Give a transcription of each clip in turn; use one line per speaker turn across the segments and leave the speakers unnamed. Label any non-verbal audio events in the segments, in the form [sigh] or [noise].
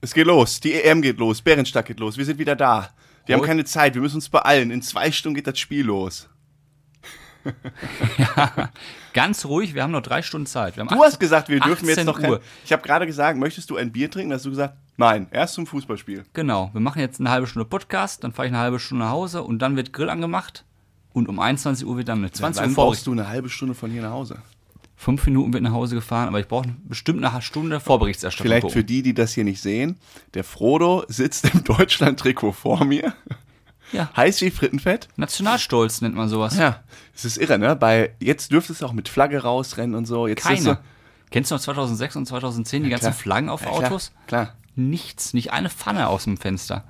Es geht los. Die EM geht los. Bärenstadt geht los. Wir sind wieder da. Wir haben
Oh.
keine Zeit. Wir müssen uns beeilen. In zwei Stunden geht das Spiel los.
Ganz ruhig, wir haben noch drei Stunden Zeit. Wir haben
Du hast gesagt, wir dürfen jetzt
18
noch kein,
Uhr.
Ich habe gerade gesagt, möchtest du ein Bier trinken? Da hast du gesagt, nein, erst zum Fußballspiel.
Genau, wir machen jetzt eine halbe Stunde Podcast, dann fahre ich eine halbe Stunde nach Hause und dann wird Grill angemacht und um 21 Uhr wird dann eine 20 Uhr
Dann
vor.
brauchst du eine halbe Stunde von hier nach Hause.
Fünf Minuten wird nach Hause gefahren, aber ich brauche bestimmt eine Stunde Vorberichterstattung.
Vielleicht
gucken.
für die, die das hier nicht sehen, der Frodo sitzt im [laughs] Deutschland-Trikot vor mir.
Ja.
Heiß wie Frittenfett.
Nationalstolz nennt man sowas.
Ja, es ist irre, ne? Bei jetzt dürftest du auch mit Flagge rausrennen und so. Jetzt ist
Keine.
so-
Kennst du noch 2006 und 2010 die ganzen
Klar.
Flaggen auf
Ja,
Autos?
Klar. klar.
Nichts, nicht eine Pfanne aus dem Fenster.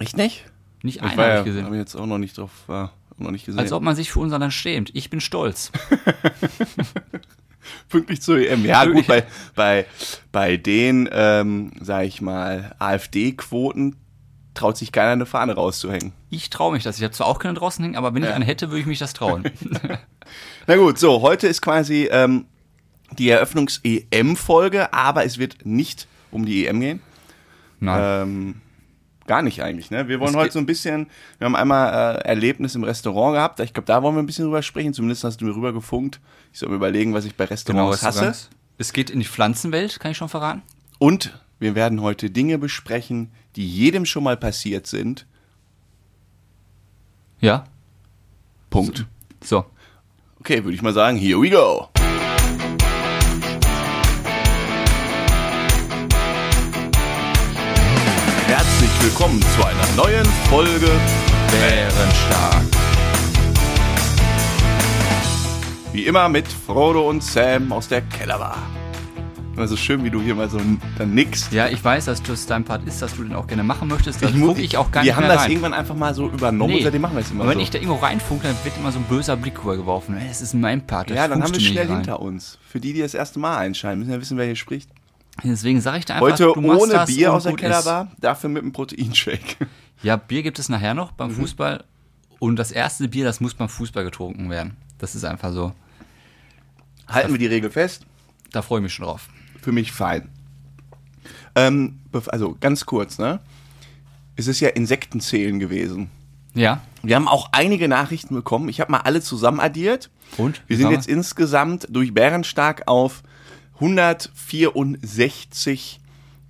Ich nicht?
Nicht
Ich
eine
war
habe
ja,
ich gesehen.
Hab ich jetzt auch noch nicht drauf, äh, noch nicht gesehen.
Als ob man sich für unseren Land schämt. Ich bin stolz.
pünktlich zur EM. Ja,
[laughs]
gut,
Pünktlich.
bei, bei, bei den, ähm, sag ich mal, AfD-Quoten traut sich keiner eine Fahne rauszuhängen.
Ich traue mich das. Ich habe zwar auch keine draußen hängen, aber wenn ich eine hätte, würde ich mich das
[laughs]
trauen.
Na gut, so, heute ist quasi ähm, die Eröffnungs-EM-Folge, aber es wird nicht um die EM gehen.
Nein.
Ähm, gar nicht eigentlich, ne? Wir wollen
Ah. Es
heute
geht-
so ein bisschen, wir haben einmal äh, Erlebnis im Restaurant gehabt, ich glaube, da wollen wir ein bisschen drüber sprechen, zumindest hast du mir rüber gefunkt. Ich soll mir überlegen, was ich bei
Genau,
Restaurants hasse.
Restaurants. Es geht in die Pflanzenwelt, kann ich schon verraten.
Und wir werden heute Dinge besprechen, die jedem schon mal passiert sind.
Ja.
Punkt.
So.
Okay, würde ich mal sagen, here we go. Herzlich willkommen zu einer neuen Folge.
Bärenstark.
Wie immer mit Frodo und Sam aus der Kellerbar. Immer so schön, wie du hier mal so n- dann nickst.
Ja, ich weiß, dass das dein Part ist, dass du den auch gerne machen möchtest. Da gucke ich auch gar
wir
nicht
haben
mehr
das
rein.
irgendwann einfach mal so übernommen und seitdem machen wir es immer
Und wenn
so.
ich da irgendwo reinfunke, dann wird immer so ein böser Blick rübergeworfen. Hey, Das ist mein Part. da
ja, dann haben
funkst
wir
du mir
schnell
nicht rein.
hinter uns. Für die, die das erste Mal einschalten, müssen ja wissen, wer hier spricht.
Deswegen sage ich dir einfach,
Heute
du machst
ohne
das
Bier
und
aus der
gut
Kellerbar, dafür mit einem Proteinshake. [laughs]
Ist. Ja, Bier gibt es nachher noch
Mhm.
beim Fußball. Und das erste Bier, das muss beim Fußball getrunken werden. Das ist einfach so.
Halten wir die Regel fest.
Da freue ich mich schon drauf.
Für mich fein. Ähm, bef- also ganz kurz, ne? Es ist ja Insektenzählen gewesen.
Ja.
Wir haben auch einige Nachrichten bekommen. Ich habe mal alle zusammen addiert.
Und?
Wir sind
Sag mal.
jetzt insgesamt durch Bärenstark auf 164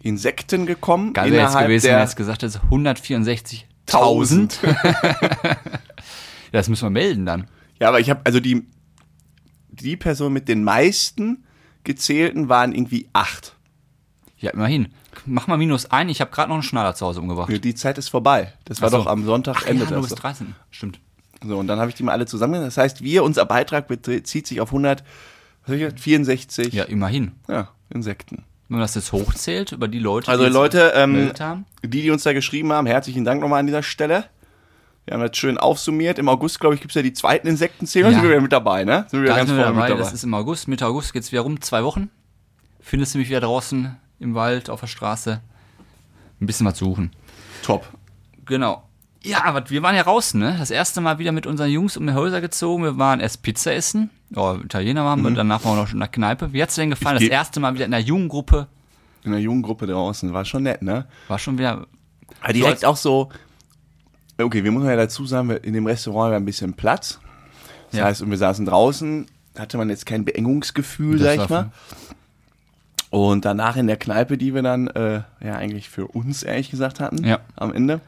Insekten gekommen.
Geil wäre jetzt
innerhalb
gewesen,
der-
wenn er jetzt gesagt hätte, 164.000. [laughs] Ja, Das müssen wir melden dann.
Ja, aber ich habe, also die, die Person mit den meisten gezählten waren irgendwie acht.
Ja, immerhin. Mach mal minus ein, ich habe gerade noch einen Schnaller zu Hause umgebracht.
Die Zeit ist vorbei. Das war
Ach so.
doch am Sonntag
Ach ja,
Ende.
du
das
bist
doch.
13. Stimmt.
So, und dann habe ich die mal alle zusammen. Das heißt, wir, unser Beitrag bezieht sich auf 100, was hab ich gesagt, 64
Ja, immerhin.
ja, Insekten.
Wenn man das jetzt hochzählt, über die Leute,
Also
die jetzt
Leute, ähm,
gemeldet haben.
die, die uns da geschrieben haben, herzlichen Dank nochmal an dieser Stelle. Wir haben das schön aufsummiert. Im August, glaube ich, gibt es ja die zweiten Insektenzähler.
Ja.
Sind wir wieder mit dabei, ne? Sind wir
Da
wieder
sind wir
vorne
dabei. Das ist im August. Mitte August geht's wieder rum. Zwei Wochen. Findest du mich wieder draußen im Wald, auf der Straße. Ein bisschen was suchen.
Top.
Genau. Ja, aber wir waren ja raus, ne? Das erste Mal wieder mit unseren Jungs um die Häuser gezogen. Wir waren erst Pizza essen. Oh, Italiener waren wir. Danach waren wir noch schon in der Kneipe. Wie hat's dir denn gefallen?
Mhm. Ich
Das
geh-
erste Mal wieder in der jungen Gruppe.
In der jungen Gruppe draußen. War schon nett, ne?
War schon wieder.
Aber Also direkt
als-
auch so. Okay, wir müssen ja dazu sagen, wir- in dem Restaurant war ein bisschen Platz. Das
Ja.
heißt, und wir saßen draußen, hatte man jetzt kein Beengungsgefühl,
Das
sag ich
war
mal. Und danach in der Kneipe, die wir dann äh, ja eigentlich für uns ehrlich gesagt hatten,
Ja.
am Ende,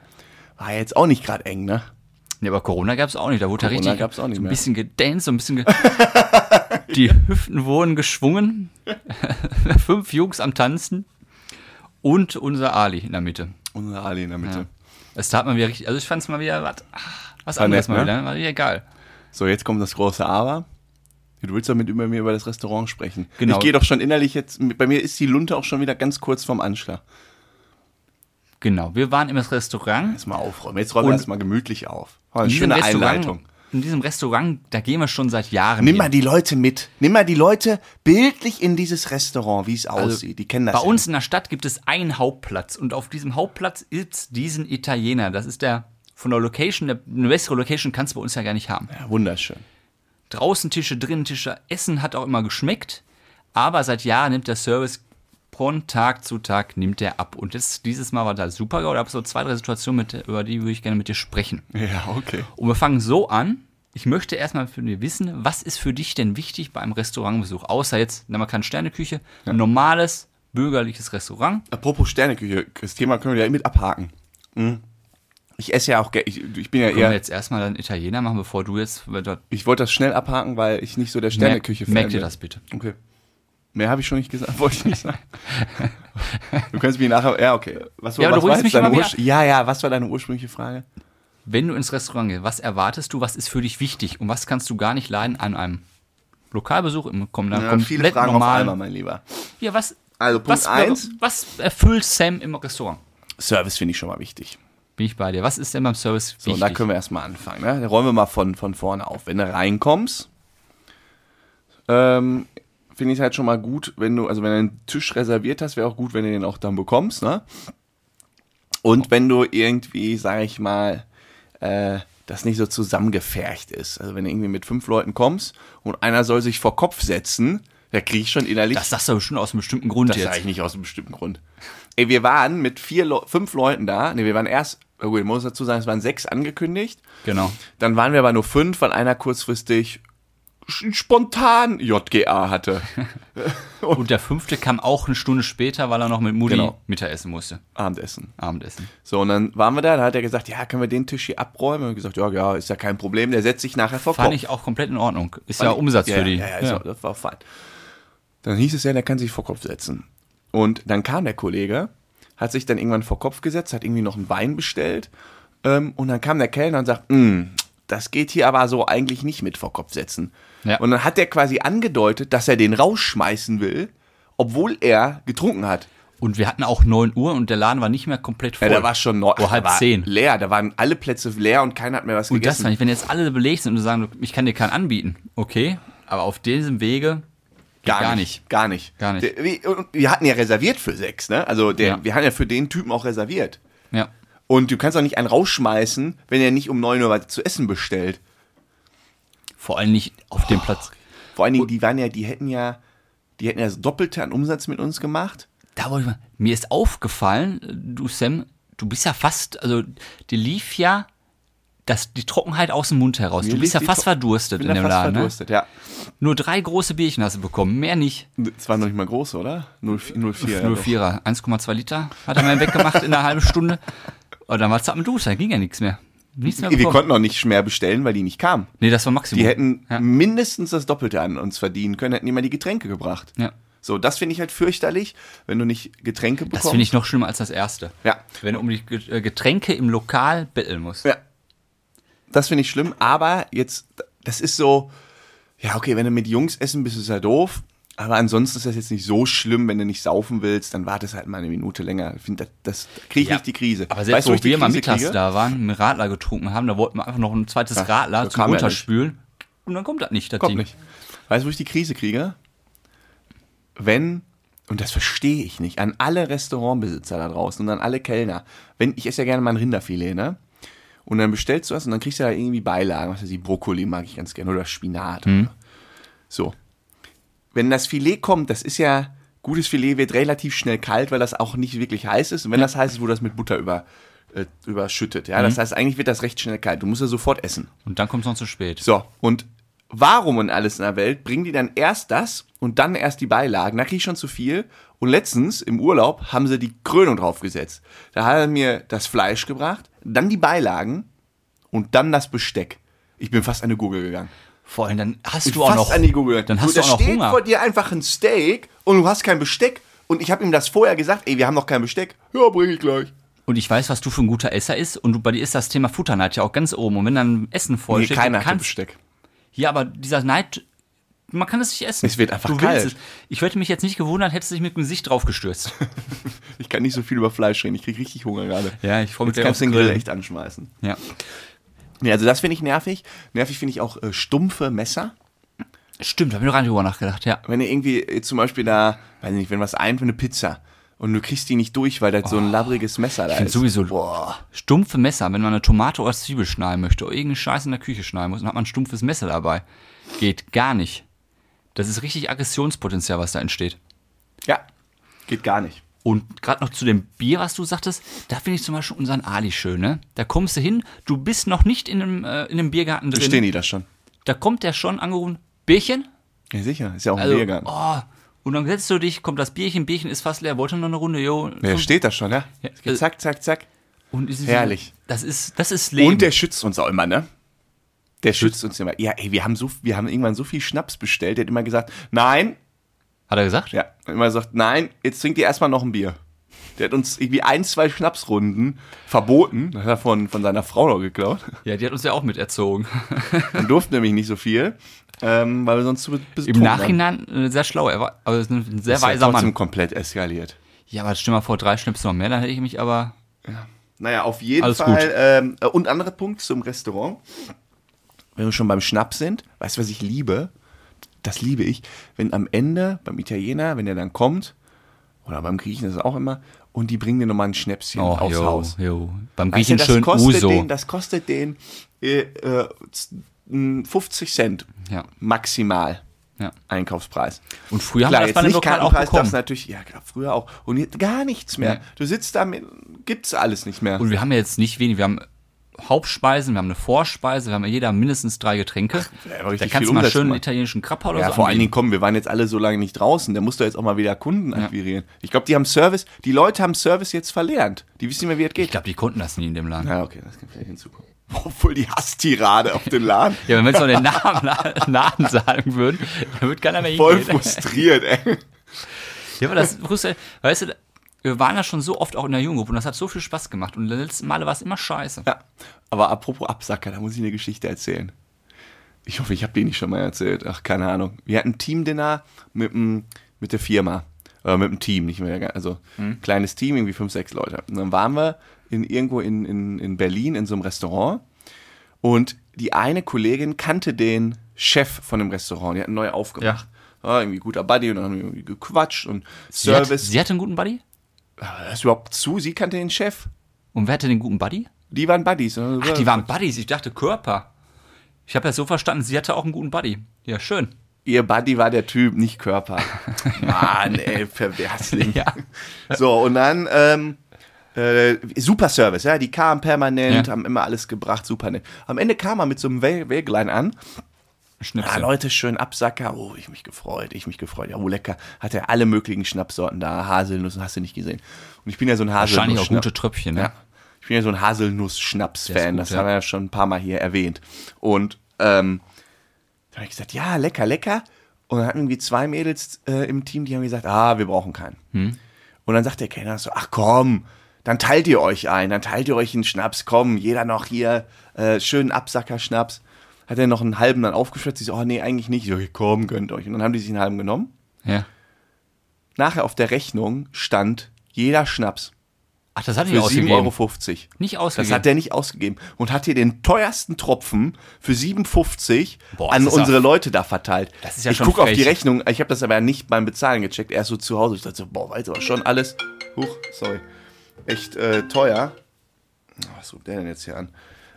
war jetzt auch nicht gerade eng, ne?
Ja, aber Corona gab's auch nicht. Da wurde ja
Corona
richtig
gab's auch nicht
so ein
mehr.
bisschen gedanced, so ein bisschen. Ge
[laughs]
die Hüften wurden geschwungen. [laughs] Fünf Jungs am Tanzen. Und unser Ali in der Mitte.
Unsere Ali in der Mitte.
Ja. Es tat man wieder richtig. Also ich fand es mal wieder was, ah, was
War
anderes
nett,
mal
ne?
wieder. War wieder geil.
So, jetzt kommt das große Aber. Du willst doch mit über mir über das Restaurant sprechen.
Genau.
Ich gehe doch schon innerlich jetzt, bei mir ist die Lunte auch schon wieder ganz kurz vorm Anschlag.
Genau. Wir waren im Restaurant.
Jetzt mal aufräumen. Jetzt räumen wir
Und-
erstmal gemütlich auf. Oh, eine
In diesem
schöne
Restaurant-
Einleitung.
In diesem Restaurant, da gehen wir schon seit Jahren.
Nimm
hin.
mal die Leute mit. Nimm mal die Leute bildlich in dieses Restaurant, wie es aussieht. die kennen das.
Also Bei
ja
uns in der Stadt gibt es einen Hauptplatz und auf diesem Hauptplatz gibt's diesen Italiener. Das ist der von der Location, der, eine bessere Location kannst du bei uns ja gar nicht haben.
nicht. Ja, wunderschön.
Draußen Tische, drinnen Tische, Essen hat auch immer geschmeckt, aber seit Jahren nimmt der Service von Tag zu Tag nimmt der ab. Und das, dieses Mal war da super, aber da habe ich so zwei, drei Situationen, mit, über die würde ich gerne mit dir sprechen.
Ja, okay.
Und wir fangen so an. Ich möchte erstmal von dir wissen, was ist für dich denn wichtig bei einem Restaurantbesuch? Außer jetzt, na, man kann Sterneküche, ein normales, bürgerliches Restaurant.
Apropos Sterneküche, das Thema können wir ja mit abhaken. Hm. Ich esse ja auch, ge- ich, ich bin ja
Können wir
eher,
jetzt erstmal einen Italiener machen, bevor du jetzt. weil da-
ich wollte das schnell abhaken, weil ich nicht so der Sterneküche-Fan
Merk dir das bitte.
Okay. Mehr habe ich schon nicht gesagt, [laughs] wollte ich nicht
[laughs]
sagen. du kannst mich nachher. Ja, okay. Was,
Ja, aber
was
du holst mich
deine
immer wieder-
Ursch- Ja, ja, was war deine ursprüngliche Frage?
Wenn du ins Restaurant gehst, was erwartest du, was ist für dich wichtig und was kannst du gar nicht leiden an einem Lokalbesuch im kommen da
Ja,
komplett normal.
mein Lieber.
Ja, was
Also Punkt
was,
eins.
was erfüllt Sam im Restaurant?
Service finde ich schon mal wichtig.
Bin ich bei dir. Was ist denn beim Service
So, und da
wichtig?
können wir erstmal anfangen. Ne? Dann Räumen wir mal von, von vorne auf. Wenn du reinkommst, ähm, finde ich es halt schon mal gut, wenn du, also wenn du einen Tisch reserviert hast, wäre auch gut, wenn du den auch dann bekommst. Ne? Und wenn du irgendwie, sage ich mal, äh, das nicht so zusammengefercht ist. Also wenn du irgendwie mit fünf Leuten kommst und einer soll sich vor Kopf setzen, da kriege ich schon innerlich
das sagst du aber schon aus einem bestimmten Grund
das sage
jetzt.
ich nicht aus einem bestimmten Grund. Ey, wir waren mit vier, Leu fünf Leuten da. Ne, wir waren erst, oh gut, ich muss dazu sagen, es waren sechs angekündigt.
Genau.
Dann waren wir aber nur fünf, weil einer kurzfristig sch- spontan JGA
[laughs]
hatte.
Und der fünfte kam auch eine Stunde später, weil er noch mit Mutti
Genau.
Mittagessen musste.
Abendessen.
Abendessen.
So, und dann waren wir da, dann hat er gesagt, ja, können wir den Tisch hier abräumen? Und gesagt, ja, ja, ist ja kein Problem, der setzt sich nachher vor
Fand
Kopf.
ich auch komplett in Ordnung. Ist
Fand
ja
ich-
Umsatz
ja,
für die.
Ja, ja, ist auch- das war auch fein. Dann hieß es ja, der kann sich vor Kopf setzen. Und dann kam der Kollege, hat sich dann irgendwann vor Kopf gesetzt, hat irgendwie noch einen Wein bestellt. Ähm, und dann kam der Kellner und sagt, "Mm, das geht hier aber so eigentlich nicht mit vor Kopf setzen.
Ja.
Und dann hat der quasi angedeutet, dass er den rausschmeißen will, obwohl er getrunken hat.
Und wir hatten auch 9 Uhr und der Laden war nicht mehr komplett voll.
Ja, da war schon neu,
Oh, halb
da war
zehn.
leer, da waren alle Plätze leer und keiner hat mehr was
Und das
gegessen.
fand ich, wenn jetzt alle belegt sind und sagen, ich kann dir keinen anbieten, okay, aber auf diesem Wege geht gar, nicht.
Gar nicht.
Gar nicht.
Der, wir, und wir hatten ja reserviert für sechs, ne? Also der,
Ja.
wir haben ja für den Typen auch reserviert.
Ja.
Und du kannst auch nicht einen rausschmeißen, wenn er nicht um 9 Uhr was zu essen bestellt.
Vor allem nicht auf dem Platz.
Vor allen Dingen, die waren ja, die hätten ja, die hätten ja das Doppelte an Umsatz mit uns gemacht.
Da wollte ich mal, mir ist aufgefallen, du Sam, du bist ja fast, also dir lief ja das, die Trockenheit aus dem Mund heraus.
Mir
du bist
lief
ja
die
fast
Tro-
verdurstet in dem Laden. Ne?
verdurstet, ja.
Nur drei große Bierchen hast du bekommen, mehr nicht.
Das war noch nicht mal groß, oder? 04, 04, ja, doch.
04er, 1,2 Liter hat er mir weggemacht in einer halben Stunde. Und dann war es am Dusch, da ging ja nichts mehr. Nichts mehr
Wir
bekommen.
konnten auch nicht mehr bestellen, weil die nicht kamen.
Nee, das war Maximum.
Die hätten
also. Ja.
mindestens das Doppelte an uns verdienen können, hätten die mal die Getränke gebracht.
Ja.
So, das finde ich halt fürchterlich, wenn du nicht Getränke bekommst.
Das finde ich noch schlimmer als das erste.
Ja.
Wenn du um die Ge- äh, Getränke im Lokal betteln musst.
Ja. Das finde ich schlimm, aber jetzt, das ist so, ja, okay, wenn du mit Jungs essen bist, ist ja doof. Aber ansonsten ist das jetzt nicht so schlimm, wenn du nicht saufen willst, dann wartest halt mal eine Minute länger. Ich finde, das, das kriege ich
Ja.
nicht die Krise.
Aber selbst
wo
wo
ich die
wir mal
Krise
mittags
kriege?
da waren, einen Radler getrunken haben, da wollten wir einfach noch ein zweites Radler
so
zum
kam er
Runterspülen. Und dann kommt das nicht, das
Kommt
Ding.
nicht. Weißt du, wo ich die Krise kriege? Wenn, und das verstehe ich nicht, an alle Restaurantbesitzer da draußen und an alle Kellner, wenn, ich esse ja gerne mal ein Rinderfilet, ne? Und dann bestellst du was und dann kriegst du da irgendwie Beilagen, was weiß ich, Brokkoli mag ich ganz gerne oder Spinat. Oder. So. Wenn das Filet kommt, das ist ja, gutes Filet wird relativ schnell kalt, weil das auch nicht wirklich heiß ist. Und wenn das heiß ist, wurde das mit Butter über, äh, überschüttet. Ja, das heißt, eigentlich wird das recht schnell kalt. Du musst ja sofort essen.
Und dann kommt es noch zu spät.
So, und warum und alles in der Welt bringen die dann erst das und dann erst die Beilagen? Da kriege ich schon zu viel. Und letztens im Urlaub haben sie die Krönung draufgesetzt. Da hat er mir das Fleisch gebracht, dann die Beilagen und dann das Besteck. Ich bin fast an die Gurgel gegangen.
Vor allem, dann hast
Ich bin
du auch
fast
noch.
an die Gurgel gegangen.
Dann hast
da
du auch noch
steht
Hunger.
vor dir einfach ein Steak und du hast kein Besteck. Und ich habe ihm das vorher gesagt, ey, wir haben noch kein Besteck. Ja, bring ich gleich.
Und ich weiß, was du für ein guter Esser ist. Und du, bei dir ist das Thema Futterneid ja auch ganz oben. Und wenn dann Essen voll
Nee,
steht,
keiner
dann
hat
kannst
Besteck.
Ja, aber dieser Neid, man kann es nicht essen.
Es wird einfach
du willst
kalt.
Es. Ich hätte mich jetzt nicht gewundert, hättest du dich mit dem
[laughs]
Gesicht draufgestürzt.
Ich kann nicht so viel über Fleisch reden. Ich kriege richtig Hunger gerade.
Ja, ich freue mich
Jetzt kannst
gleich
du
aufs
den Grill
Grillen.
echt anschmeißen.
Ja.
Nee, also das finde ich nervig. Nervig finde ich auch äh, stumpfe Messer.
Stimmt, da habe ich noch gar nicht drüber nachgedacht, ja.
Wenn du irgendwie äh, zum Beispiel da, weiß ich nicht, wenn was ein für eine Pizza und du kriegst die nicht durch, weil das so ein labbriges Messer da
Und
ist.
sowieso
Boah.
stumpfe Messer, wenn man eine Tomate oder Zwiebel schneiden möchte oder irgendeinen Scheiß in der Küche schneiden muss, dann hat man ein stumpfes Messer dabei. Geht gar nicht. Das ist richtig Aggressionspotenzial, was da entsteht.
Ja. Geht gar nicht.
Und gerade noch zu dem Bier, was du sagtest, da finde ich zum Beispiel unseren Ali schön, ne? Da kommst du hin, du bist noch nicht in einem, äh, in einem Biergarten drin.
Verstehen die das schon?
Da kommt der schon angerufen, Bierchen?
Ja, sicher. Ist ja auch ein
Also,
Biergarten.
oh, und dann setzt du dich, kommt das Bierchen, Bierchen ist fast leer, wollte noch eine Runde, jo.
Wer steht da schon, ne?
Ja,
Es geht zack, zack, zack.
Und es ist-
Herrlich.
Das ist, das ist Leben.
Und der schützt uns auch immer, ne? Der schützt uns immer. Ja, ey, wir haben, so, wir haben irgendwann so viel Schnaps bestellt, der hat immer gesagt, nein.
Hat er gesagt?
Ja, hat immer gesagt, nein, jetzt trinkt ihr erstmal noch ein Bier. Der hat uns irgendwie ein, zwei Schnapsrunden verboten. Das hat er von, von seiner Frau noch geklaut.
Ja, die hat uns ja auch
[laughs]
miterzogen. [laughs]
Man durfte nämlich nicht so viel, ähm, weil wir sonst zu betrunken
Im
waren.
Nachhinein äh, sehr schlau, er war, aber er ist ein sehr
ist ja
weiser
trotzdem
Mann.
komplett eskaliert.
Ja, aber stell mal vor, drei Schnips noch mehr, dann hätte ich mich aber.
Naja, auf jeden
Alles gut.
Fall. Ähm, äh, und anderer Punkt zum Restaurant. Wenn wir schon beim Schnaps sind, weißt du, was ich liebe? Das liebe ich. Wenn am Ende beim Italiener, wenn der dann kommt, oder beim Griechen ist es auch immer, und die bringen dir nochmal ein Schnäpschen aufs
oh, jo,
Haus.
jo. Beim
Weißt du,
Griechen schön
Also kostet
Uso.
Den, das kostet den äh, äh, z- m, 50 Cent
Ja.
maximal
Ja.
Einkaufspreis.
Und früher
Klar,
haben wir
jetzt
das bei dem
nicht
Lokal auch
Kartenpreis darfst
bekommen.
du natürlich, ja klar, früher auch. Und jetzt gar nichts mehr.
Nee.
Du sitzt da, mit- gibt's alles nicht mehr.
Und wir haben ja jetzt nicht wenig, wir haben Hauptspeisen, wir haben eine Vorspeise, wir haben ja jeder mindestens drei Getränke.
da haben wir
da
richtig
kannst
viel
du mal
Umsatz
schön einen
gemacht.
italienischen Krapper oder
Ja,
so
vor allen
anbieten.
Dingen, komm, wir waren jetzt alle so lange nicht draußen. Da musst du jetzt auch mal wieder Kunden akquirieren. Ich glaube, die haben Service, die Leute haben Service jetzt verlernt. Die wissen nicht mehr, wie es
Ich
geht.
glaube, die konnten das nie in dem Laden. Ja,
Ja, okay, das kann vielleicht hinzukommen. [laughs] Obwohl die Hasstirade auf den Laden.
wenn wir jetzt noch den Namen, [laughs] Laden sagen würden, dann wird keiner mehr
Voll
hingehen.
frustriert, ey.
Ja, aber das, Rüssel, weißt du, wir waren ja schon so oft auch in der Jugendgruppe und das hat so viel Spaß gemacht und die letzten Male war es immer scheiße.
Ja, aber apropos Absacker, da muss ich eine Geschichte erzählen. Ich hoffe, ich habe die nicht schon mal erzählt. Ach, keine Ahnung. Wir hatten Teamdinner mit, dem- mit der Firma. Oder mit dem Team, nicht mehr. Also
Hm.
kleines Team, irgendwie fünf, sechs Leute. Und dann waren wir in, irgendwo in, in, in Berlin in so einem Restaurant. Und die eine Kollegin kannte den Chef von dem Restaurant. Die hatten neu aufgemacht. War irgendwie guter Buddy und dann haben wir irgendwie gequatscht und
Sie hat,
Service.
sie hatte einen guten Buddy?
Hör das überhaupt zu? Sie kannte den Chef.
Und wer hatte den guten Buddy?
Die waren Buddies.
Ach, die waren Buddies, ich dachte Körper. Ich habe das so verstanden, sie hatte auch einen guten Buddy. Ja, schön.
Ihr Buddy war der Typ, nicht
[laughs]
Körper. Mann, ey, Perversling.
Ja.
So, und dann, ähm, äh, super Service, ja, die kamen permanent,
Ja.
haben immer alles gebracht, super nett. Am Ende kam er mit so einem Wel- Wäglein an. Ah,
Schnipsel.
Leute, schön Absacker. Oh, ich mich gefreut, ich mich gefreut. Ja, oh, lecker. Hat er alle möglichen Schnapssorten da, Haselnüsse, hast du nicht gesehen. Und ich bin ja so ein
Wahrscheinlich auch
Haselnuss-Schnaps.
gute Tröpfchen, ne?
Ja. Ich bin ja so ein
Der ist
Haselnuss-Schnaps-Fan,
gut,
das
ja.
haben wir ja schon ein paar Mal hier erwähnt. Und ähm, da habe ich gesagt, ja, lecker, lecker. Und dann hatten irgendwie zwei Mädels äh, im Team, die haben gesagt, ah, wir brauchen keinen. Und dann sagt der Kellner so, ach komm, dann teilt ihr euch ein, dann teilt ihr euch einen Schnaps, komm, jeder noch hier, äh, schönen Absacker-Schnaps. Hat er noch einen halben dann aufgeschwitzt, ich so, oh nee, eigentlich nicht. Ich so, komm, gönnt euch. Und dann haben die sich einen halben genommen.
Ja.
Nachher auf der Rechnung stand jeder Schnaps
Ach, das hatte ich
für
ausgegeben.
7,50 Euro.
Nicht
Das
ausgegeben.
hat der nicht ausgegeben und hat hier den teuersten Tropfen für 7,50
Boah,
an
das ist ja-
unsere Leute da verteilt.
Das ist ja
ich
schon
gucke auf die
frech.
Rechnung, ich habe das aber nicht beim Bezahlen gecheckt, erst so zu Hause. Ich dachte so, boah, weiß aber schon alles. Huch, sorry. Echt äh, teuer. Oh, Was ruft der denn jetzt hier an?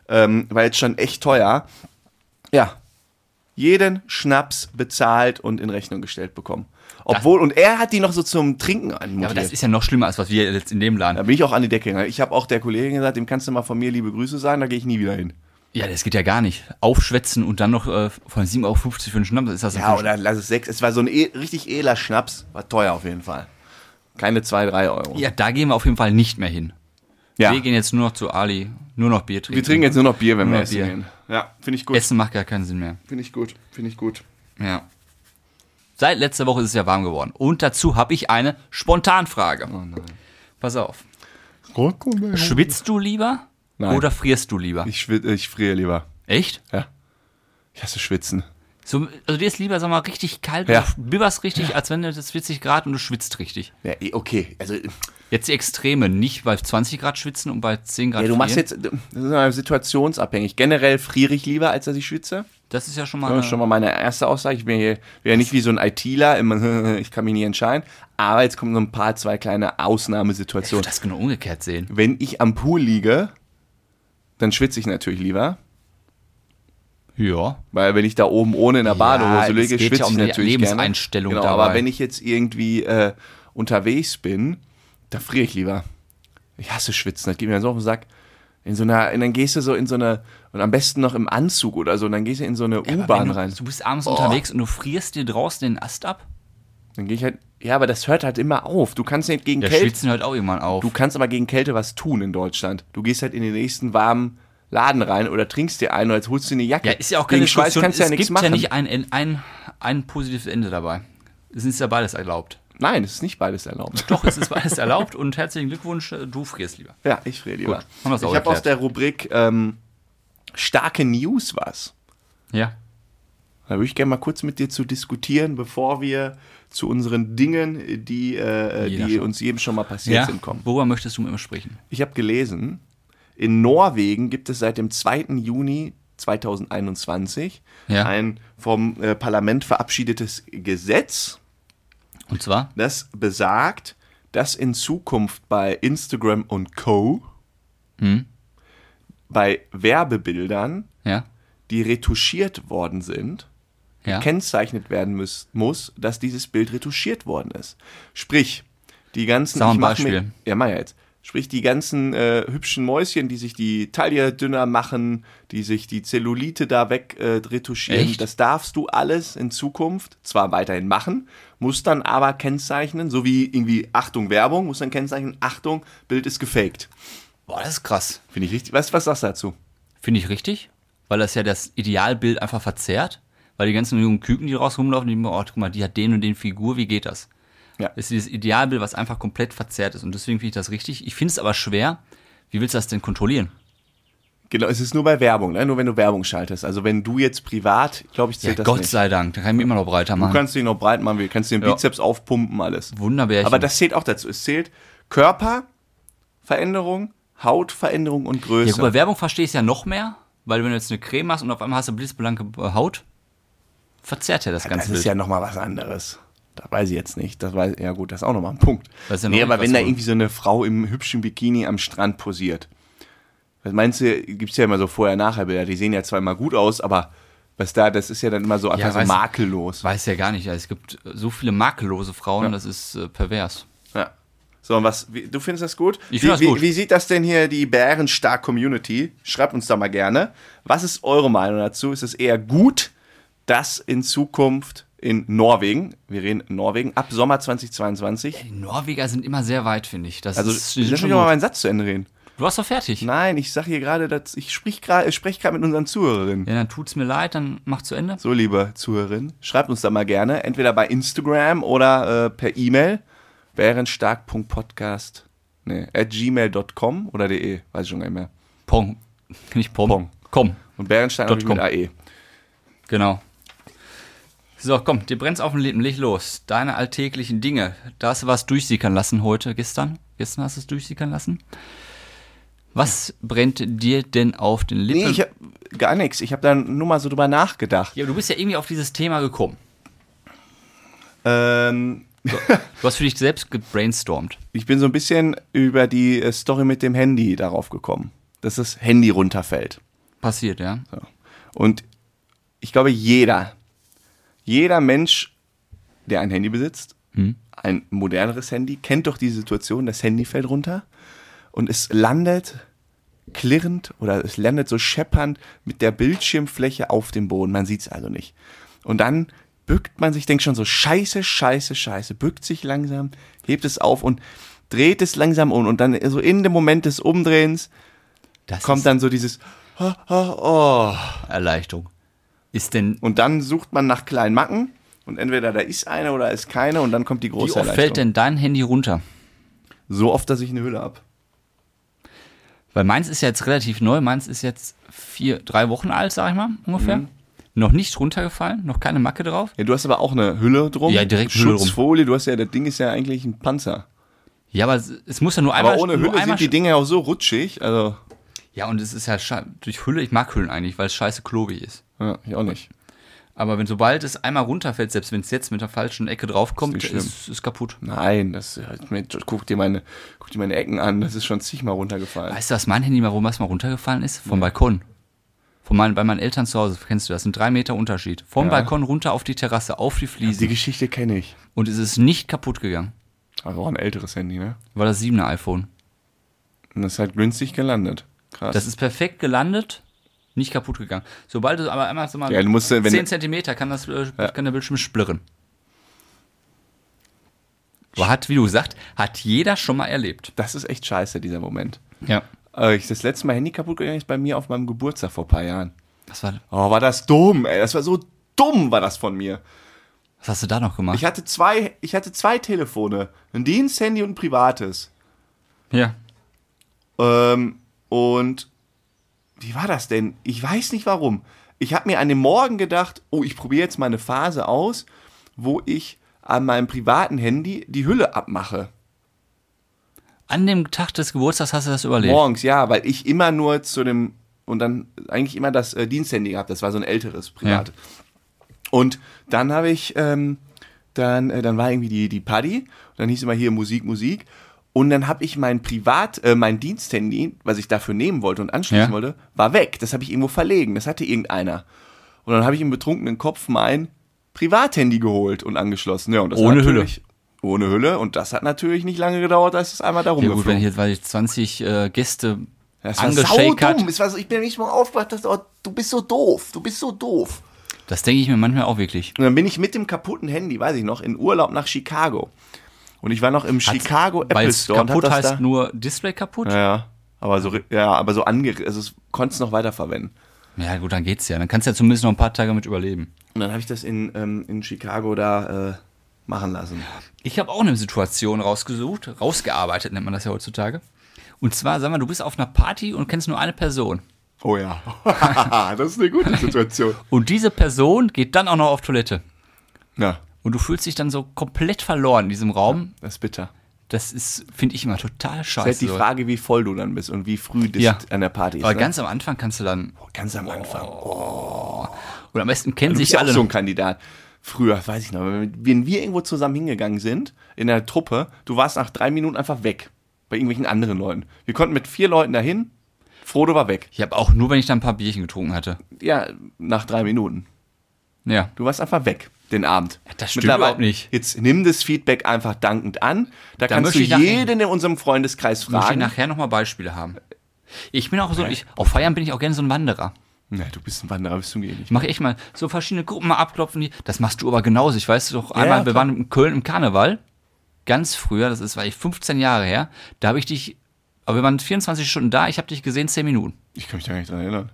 Ähm, war jetzt schon echt teuer. Ja. Jeden Schnaps bezahlt und in Rechnung gestellt bekommen. Obwohl, und er hat die noch so zum Trinken anmutiert.
ja, aber das ist ja noch schlimmer, als was wir jetzt in dem
Da
Laden.
bin ich auch an die Decke gegangen. Ich habe auch der Kollegin gesagt, dem kannst du mal von mir liebe Grüße sagen, da gehe ich nie wieder hin.
Ja, das geht ja gar nicht. Aufschwätzen und dann noch äh, von 7,50 Euro für einen Schnaps, ist das
Ja,
natürlich-
oder lass es sechs. Es war so ein e richtig edler Schnaps. War teuer auf jeden Fall. Keine zwei, drei Euro.
ja, da gehen wir auf jeden Fall nicht mehr hin.
Ja.
Wir gehen jetzt nur noch zu Ali, nur noch Bier trinken.
Wir trinken jetzt nur noch Bier, wenn
Nur
wir
noch
essen
Bier.
gehen. Ja, finde ich gut.
Essen macht gar keinen Sinn mehr.
Finde ich gut. Finde ich gut.
Ja. Seit letzter Woche ist es ja warm geworden. Und dazu habe ich eine Spontanfrage.
Oh
Pass auf. Schwitzt du lieber
Nein.
oder frierst du lieber?
Ich, schwit- ich friere lieber.
Echt?
Ja. Ich hasse Schwitzen.
So, also dir ist lieber, sag mal, richtig kalt,
Ja.
du bibberst richtig, als wenn du das 40 Grad und du schwitzt richtig.
Ja, eh, okay. Also, ja,
Jetzt die Extreme, nicht bei 20 Grad schwitzen und bei 10 Grad
du machst
frieren.
jetzt, das ist mal situationsabhängig. Generell friere ich lieber, als dass ich schwitze.
Das ist ja schon mal.
Das
Eine,
ist schon mal meine erste Aussage. Ich bin, hier, bin ja nicht wie so ein ITler, immer, [laughs] ich kann mich nie entscheiden. Aber jetzt kommen so ein paar, zwei kleine
so.
Ausnahmesituationen.
Das genau umgekehrt sehen.
Wenn ich am Pool liege, dann schwitze ich natürlich lieber.
Ja.
Weil wenn ich da oben ohne in der Badehose
es
liege,
geht
schwitze
ja um
ich
die
natürlich gerne.
Lebenseinstellung
Genau,
dabei.
aber wenn ich jetzt irgendwie äh, unterwegs bin, da friere ich lieber. Ich hasse Schwitzen, das geht mir so auf den Sack. In so einer, und dann gehst du so in so eine, und am besten noch im Anzug oder so, und dann gehst du in so eine
Aber wenn
U-Bahn
du-
rein.
Du bist abends
Oh.
unterwegs und du frierst dir draußen den Ast ab.
Dann gehe ich halt, ja, aber das hört halt immer auf. Du kannst nicht gegen
Da
Kälte,
schwitzen halt auch irgendwann auf.
du kannst aber gegen Kälte was tun in Deutschland. Du gehst halt in den nächsten warmen Laden rein oder trinkst dir einen oder jetzt holst du dir eine Jacke.
ja, ist ja auch keine
gegen Schweiß
Diskussion.
kannst du ja
es
nichts
gibt ja
machen.
nicht ein, ein, ein, ein positives Ende dabei. Es ist ja beides erlaubt.
Nein, es ist nicht beides erlaubt.
Doch, es ist beides erlaubt und herzlichen Glückwunsch, äh, du frierst lieber.
[laughs] Ja, ich friere lieber.
Gut, haben wir's
ich
auch
habe aus
geklärt.
der Rubrik ähm, starke News was.
Ja.
Da würde ich gerne mal kurz mit dir zu diskutieren, bevor wir zu unseren Dingen, die, äh,
Jeder
die
schon.
uns jedem schon mal passiert
ja.
sind, kommen.
Worüber möchtest du mit mir sprechen?
Ich habe gelesen, in Norwegen gibt es seit dem 2. Juni 2021
Ja.
ein vom äh, Parlament verabschiedetes Gesetz,
Und zwar?
das besagt, dass in Zukunft bei Instagram und Co.
Hm?
bei Werbebildern,
Ja.
die retuschiert worden sind,
Ja.
kennzeichnet werden muss, muss, dass dieses Bild retuschiert worden ist. Sprich, die ganzen.
Sag mal ein
ich mach
Beispiel.
Mir, ja, mach ja jetzt. Sprich, die ganzen äh, hübschen Mäuschen, die sich die Taille dünner machen, die sich die Zellulite da weg äh, retuschieren,
Echt?
das darfst du alles in Zukunft zwar weiterhin machen, musst dann aber kennzeichnen, so wie irgendwie Achtung Werbung, musst dann kennzeichnen, Achtung, Bild ist gefaked.
Boah, das ist krass.
Finde ich richtig. Was, was sagst du dazu?
Finde ich richtig, weil das ja das Idealbild einfach verzerrt. Weil die ganzen jungen Küken, die raus rumlaufen, die denken, oh, guck mal, die hat den und den Figur, wie geht das?
Ja.
Das ist dieses Idealbild, was einfach komplett verzerrt ist. Und deswegen finde ich das richtig. Ich finde es aber schwer. Wie willst du das denn kontrollieren?
Genau, es ist nur bei Werbung, ne? nur wenn du Werbung schaltest. Also wenn du jetzt privat, glaube ich,
Ja,
zählt das
Gott
nicht.
sei Dank, da kann ich mir immer noch breiter
Du
machen.
kannst dich noch breit machen, du kannst den
Ja.
Bizeps aufpumpen, alles.
Wunderbärchen.
Aber das zählt auch dazu. Es zählt Körperveränderung, Hautveränderung und Größe.
ja, gut, bei Werbung verstehe ich es ja noch mehr, weil wenn du jetzt eine Creme hast und auf einmal hast du blitzblanke äh, Haut, verzerrt ja das
das
ganze
ist
Bild.
ja nochmal was anderes. Das weiß ich jetzt nicht. Das weiß, ja gut, das ist auch nochmal ein Punkt.
Das ist ja noch
nee, aber
etwas,
wenn da
wo-
irgendwie so eine Frau im hübschen Bikini am Strand posiert. Was meinst du, gibt es ja immer so Vorher-Nachher-Bilder, die sehen ja zwar immer gut aus, aber was da, das ist ja dann immer so einfach so
weiß-
makellos.
Weiß ja gar nicht. Es gibt so viele makellose Frauen, das ist äh, pervers.
Ja. So, und was, wie, du findest das gut?
Ich
wie,
find das
wie,
gut.
wie sieht das denn hier die Bärenstark-Community? Schreibt uns da mal gerne. Was ist eure Meinung dazu? Ist es eher gut, dass in Zukunft in Norwegen, wir reden Norwegen, ab Sommer 2022,
Die Norweger sind immer sehr weit, finde ich. Das
also
ist,
lass
die sind
mich
schon
doch mal
gut.
meinen Satz zu Ende reden.
Du warst doch fertig.
Nein, ich sag hier gerade, dass- ich sprich gerade sprech grad mit unseren Zuhörerinnen.
Ja, dann tut's mir leid, dann mach zu Ende.
So, liebe Zuhörerin, schreibt uns da mal gerne, entweder bei Instagram oder äh, per E-Mail, bärenstark.podcast, nee, at gmail.com oder de, weiß ich schon gar nicht mehr.
Pong. Nicht Pom.
Pong.
Komm,
Und Bärenstein
Dot
natürlich
com.
mit E. AE.
genau. So, komm, dir brennt's auf dem Lippen, leg los. Deine alltäglichen Dinge. Da hast du was durchsickern lassen heute, gestern. Gestern hast du es durchsickern lassen. Was brennt dir denn auf den Lippen?
Nee, ich hab gar nichts. Ich habe da nur mal so drüber nachgedacht.
ja, du bist ja irgendwie auf dieses Thema gekommen.
Ähm,
Du hast für dich selbst gebrainstormt.
ich bin so ein bisschen über die äh, Story mit dem Handy darauf gekommen, dass das Handy runterfällt.
Passiert, ja.
So. Und ich glaube, jeder, jeder Mensch, der ein Handy besitzt, ein moderneres Handy, kennt doch die Situation, das Handy fällt runter und es landet klirrend oder es landet so scheppernd mit der Bildschirmfläche auf dem Boden. Man sieht es also nicht. Und dann bückt man sich, denkt schon so, scheiße, scheiße, scheiße, bückt sich langsam, hebt es auf und dreht es langsam um. Und dann so in dem Moment des Umdrehens
Das
kommt
ist
dann so dieses, oh, oh, oh.
Erleichterung. Ist denn,
Und dann sucht man nach kleinen Macken und entweder da ist eine oder ist keine und dann kommt die
wie
große
oft fällt
Erleichterung.
denn dein Handy runter?
So oft, dass ich eine Hülle ab.
Weil meins ist ja jetzt relativ neu. Meins ist jetzt vier, drei Wochen alt, sag ich mal, ungefähr.
Mhm.
Noch nicht runtergefallen, noch keine Macke drauf.
Ja, du hast aber auch eine Hülle drum.
Ja, direkt Hülle drum.
Schutzfolie, du hast ja, das Ding ist ja eigentlich ein Panzer.
Ja, aber es, es muss ja nur
Aber
einmal.
ohne
nur
Hülle
einmal
sind die Dinge auch so rutschig, also
ja, und es ist ja sche- durch Hülle, ich mag Hüllen eigentlich, weil es scheiße klobig ist.
ja, ich auch nicht.
Aber wenn sobald es einmal runterfällt, selbst wenn es jetzt mit der falschen Ecke draufkommt,
Ist nicht
ist es kaputt.
Nein, das ich mir- guck dir meine guck dir meine Ecken an, das ist schon zigmal runtergefallen.
Weißt du, was mein Handy mal, wo was mal runtergefallen ist? Vom Balkon. Von meinen, bei meinen Eltern zu Hause, kennst du das? Ein drei Meter Unterschied. Vom Balkon runter auf die Terrasse, auf die Fliese.
Die Geschichte kenne ich.
und es ist nicht kaputt gegangen.
Also auch ein älteres Handy, ne?
War das 7er iPhone.
Und das ist halt günstig gelandet. Krass.
Das ist perfekt gelandet, nicht kaputt gegangen. Sobald du aber einmal so mal
Ja, du musst, äh, wenn-
10 Zentimeter kann, das, äh, kann der Bildschirm splirren. Aber hat, wie du gesagt, hat jeder schon mal erlebt.
das ist echt scheiße, dieser Moment.
Ja.
Äh, ich, das letzte Mal Handy kaputt gegangen ist bei mir auf meinem Geburtstag vor ein paar Jahren.
Was, war,
Oh, war das dumm, ey. Das war so dumm, war das von mir.
was hast du da noch gemacht?
Ich hatte zwei, ich hatte zwei Telefone. Ein Diensthandy und ein privates.
ja.
Ähm, und wie war das denn? Ich weiß nicht warum. Ich habe mir an dem Morgen gedacht, oh, ich probiere jetzt mal eine Phase aus, wo ich an meinem privaten Handy die Hülle abmache.
An dem Tag des Geburtstags hast du das überlebt.
Morgens, ja, weil ich immer nur zu dem und dann eigentlich immer das äh, Diensthandy gehabt, das war so ein älteres privat.
Ja.
Und dann habe ich ähm, dann äh, dann war irgendwie die die Party und dann hieß immer hier Musik Musik und dann habe ich mein privat äh, mein Diensthandy, was ich dafür nehmen wollte und anschließen
Ja.
wollte, war weg. Das habe ich irgendwo verlegen, das hatte irgendeiner. Und dann habe ich im betrunkenen Kopf mein Privathandy geholt und angeschlossen. Ja, und das
Ohne
hat
Hülle.
natürlich- Ohne Hülle und das hat natürlich nicht lange gedauert, als es einmal da
Ja gut, wenn
rumgeflogen
ich jetzt, weil ich 20 äh, Gäste
das war
angeshakert
saudumm.
hat,
Es war so, ich bin nicht mal aufgewacht, dass, oh, du bist so doof, du bist so doof.
das denke ich mir manchmal auch wirklich.
Und dann bin ich mit dem kaputten Handy, weiß ich noch, in Urlaub nach Chicago. Und ich war noch im Chicago
Weil
Apple
es
Store. und hab
kaputt
das
heißt
da,
nur Display kaputt.
ja, ja, aber so, ri- ja, aber so ange, also es konntest noch weiterverwenden.
Ja gut, dann geht's ja. Dann kannst du ja zumindest noch ein paar Tage mit überleben.
Und dann habe ich das in, ähm, in Chicago da äh, machen lassen.
Ich habe auch eine Situation rausgesucht, rausgearbeitet nennt man das ja heutzutage. Und zwar, sag mal, du bist auf einer Party und kennst nur eine Person.
Oh ja, [laughs] das ist eine gute Situation.
Und diese Person geht dann auch noch auf Toilette.
Na,
Und du fühlst dich dann so komplett verloren in diesem Raum.
das ist bitter.
Das ist, finde ich immer total
Das ist
scheiße.
halt die Frage, wie voll du dann bist und wie früh das
Ja.
an der Party ist.
Aber
ne?
ganz am Anfang kannst du dann,
ganz am Anfang.
und am besten kennen
Du bist
sich
ja auch
alle.
so
noch.
ein Kandidat. Früher, weiß ich noch, wenn wenn wir irgendwo zusammen hingegangen sind, in der Truppe, du warst nach drei Minuten einfach weg. Bei irgendwelchen anderen Leuten. Wir konnten mit vier Leuten dahin, Frodo war weg.
Ich habe auch nur, wenn ich dann ein paar Bierchen getrunken hatte.
Ja, nach drei Minuten.
Ja.
Du warst einfach weg, den Abend.
das stimmt
Mittlerweile-
überhaupt nicht.
Jetzt nimm das Feedback einfach dankend an. Da, kannst
möchte
du
ich nachher-
jeden in unserem Freundeskreis
Möchte ich
fragen.
nachher nochmal Beispiele haben. Ich bin auch so, ich, auf Feiern bin ich auch gerne so ein Wanderer.
Na, du bist ein Wanderer, bist du mir eh nicht.
Ich mache echt mal so verschiedene Gruppen mal abklopfen. Die, das machst du aber genauso. Ich weiß doch einmal, wir
klar.
waren in Köln im Karneval. Ganz früher, das ist, war ich 15 Jahre her. Da habe ich dich, aber wir waren 24 Stunden da. Ich habe dich gesehen 10 Minuten.
Ich kann mich da gar nicht dran erinnern.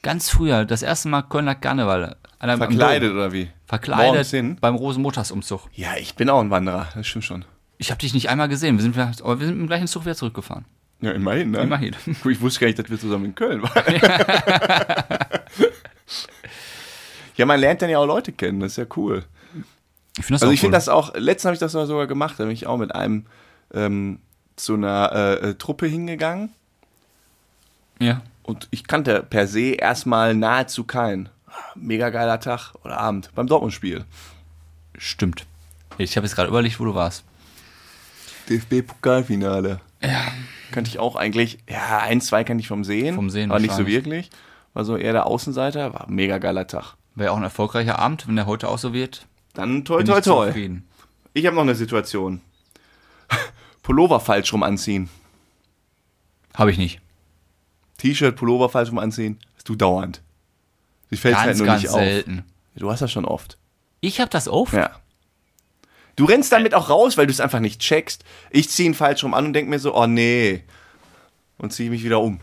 Ganz früher, das erste Mal Kölner Karneval. An einem- am
Verkleidet
Dom.
oder wie? Morgens hin?
Verkleidet beim Rosenmontagsumzug.
Ja, ich bin auch ein Wanderer, das stimmt schon.
Ich habe dich nicht einmal gesehen. Wir sind, vielleicht- aber wir sind im gleichen Zug wieder zurückgefahren.
Ja, immerhin, ne? [laughs]
Immerhin.
Ich wusste gar nicht, dass wir zusammen in Köln waren. [laughs] ja, man lernt dann ja auch Leute kennen, das ist ja cool.
Ich finde das
Also
auch
ich finde
cool.
das auch, letztens habe ich das sogar gemacht, da bin ich auch mit einem ähm, zu einer äh, äh, Truppe hingegangen
ja.
und ich kannte per se erstmal nahezu keinen. Ah, Mega geiler Tag oder Abend beim Dortmund-Spiel.
Stimmt. Ich habe jetzt gerade überlegt, wo du warst.
DFB-Pokalfinale. Ja. Kannte ich auch eigentlich, ja, ein, zwei kannte ich vom Sehen.
Vom Sehen
Aber nicht so
wahrscheinlich.
wirklich. War so eher der Außenseiter, war ein mega geiler Tag.
Wäre auch ein erfolgreicher Abend, wenn der heute auch so wird.
Dann toi
Bin
toi
ich
toi.
zufrieden.
Ich habe noch eine Situation. Pullover falsch rum anziehen.
Habe ich nicht.
T-Shirt, Pullover falsch rum anziehen. Hast du dauernd. Ich fällt halt
Ganz,
nur
ganz
nicht
selten.
auf. Du hast das schon oft.
Ich habe das oft.
Ja. Du rennst damit auch raus, weil du es einfach nicht checkst. Ich ziehe ihn falsch rum an und denk mir so, oh nee. Und ziehe mich wieder um.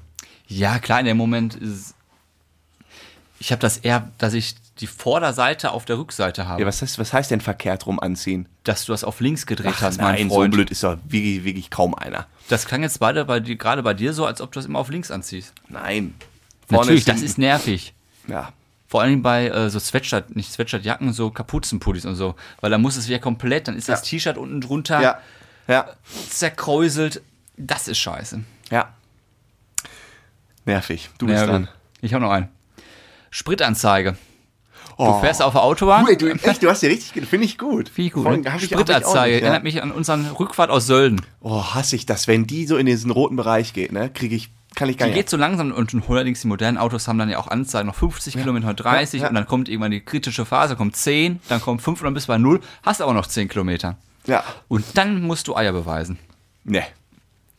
Ja, klar, in dem Moment ist. Ich habe das eher, dass ich die Vorderseite auf der Rückseite habe.
Ja, was heißt, was heißt denn verkehrt rum anziehen?
Dass du das auf links gedreht
Ach,
hast, mein
nein,
Freund.
so blöd ist doch wirklich, wirklich kaum einer.
das klang jetzt beide bei dir, gerade bei dir so, als ob du das immer auf links anziehst.
Nein.
Natürlich, das
hinten.
ist nervig.
Ja.
Vor allem bei äh, so Sweatshirt, nicht Sweatshirtjacken, so Kapuzenpullis und so. Weil dann muss es wieder komplett, dann ist das T-Shirt unten drunter
Ja. Ja.
zerkräuselt. Das ist scheiße.
Ja. Nervig. Du
Ja,
bist
gut.
dran.
Ich habe noch einen. Spritanzeige. Du
Oh.
fährst auf der Autobahn.
Du, ey, du, echt, du hast ja richtig, ge- finde ich gut.
Finde ich gut.
Von-
Ne?
hab ich- hab ich auch
Spritanzeige.
nicht, ja.
Erinnert mich an unseren Rückfahrt aus Sölden.
Oh, hasse ich das, wenn die so in diesen roten Bereich geht, ne? Kriege ich, kann ich gar
Die
nicht.
geht so langsam und schon allerdings die modernen Autos haben dann ja auch Anzeigen, noch 50 Kilometer, 30
Ja, ja.
und dann kommt irgendwann die kritische Phase, kommt 10, dann kommt 5 und dann bist du bei 0, hast aber noch 10 Kilometer.
Ja.
Und dann musst du Eier beweisen.
Nee.